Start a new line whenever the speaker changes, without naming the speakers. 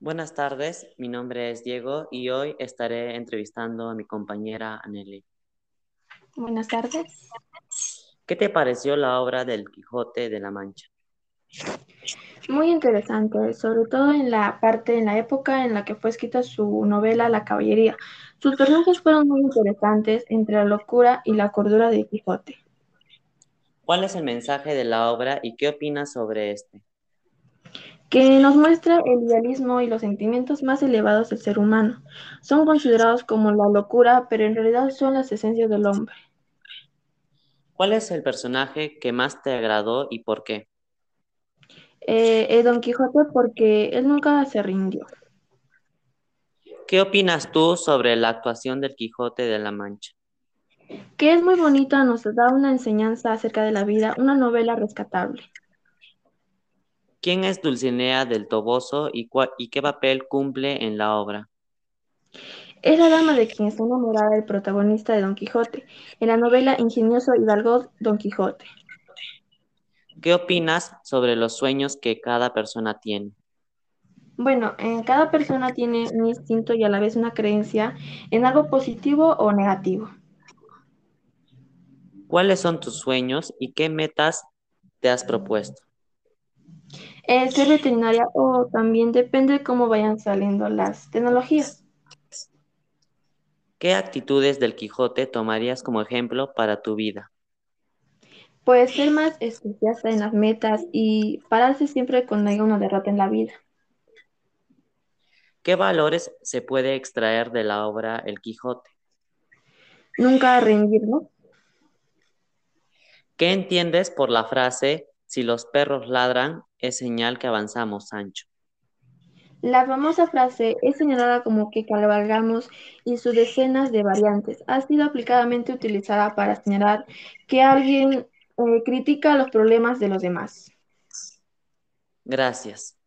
Buenas tardes, mi nombre es Diego y hoy estaré entrevistando a mi compañera Aneli.
Buenas tardes.
¿Qué te pareció la obra del Quijote de la Mancha?
Muy interesante, sobre todo en la parte, en la época en la que fue escrita su novela La caballería. Sus personajes fueron muy interesantes entre la locura y la cordura de Quijote.
¿Cuál es el mensaje de la obra y qué opinas sobre este?
que nos muestra el idealismo y los sentimientos más elevados del ser humano. Son considerados como la locura, pero en realidad son las esencias del hombre.
¿Cuál es el personaje que más te agradó y por qué?
Eh, eh, Don Quijote porque él nunca se rindió.
¿Qué opinas tú sobre la actuación del Quijote de la Mancha?
Que es muy bonita, nos da una enseñanza acerca de la vida, una novela rescatable.
¿Quién es Dulcinea del Toboso y, y, qué papel cumple en la obra?
Es la dama de quien está enamorada el protagonista de Don Quijote, en la novela Ingenioso Hidalgo Don Quijote.
¿Qué opinas sobre los sueños que cada persona tiene?
Bueno, eh, cada persona tiene un instinto y a la vez una creencia en algo positivo o negativo.
¿Cuáles son tus sueños y qué metas te has propuesto?
Eh, ser veterinaria o también depende de cómo vayan saliendo las tecnologías.
¿Qué actitudes del Quijote tomarías como ejemplo para tu vida?
Pues ser más entusiasta en las metas y pararse siempre cuando haya una derrota en la vida.
¿Qué valores se puede extraer de la obra El Quijote?
Nunca rendirnos.
¿Qué entiendes por la frase si los perros ladran, es señal que avanzamos, Sancho.
La famosa frase es señalada como que cabalgamos y sus decenas de variantes ha sido aplicadamente utilizada para señalar que alguien eh, critica los problemas de los demás.
Gracias.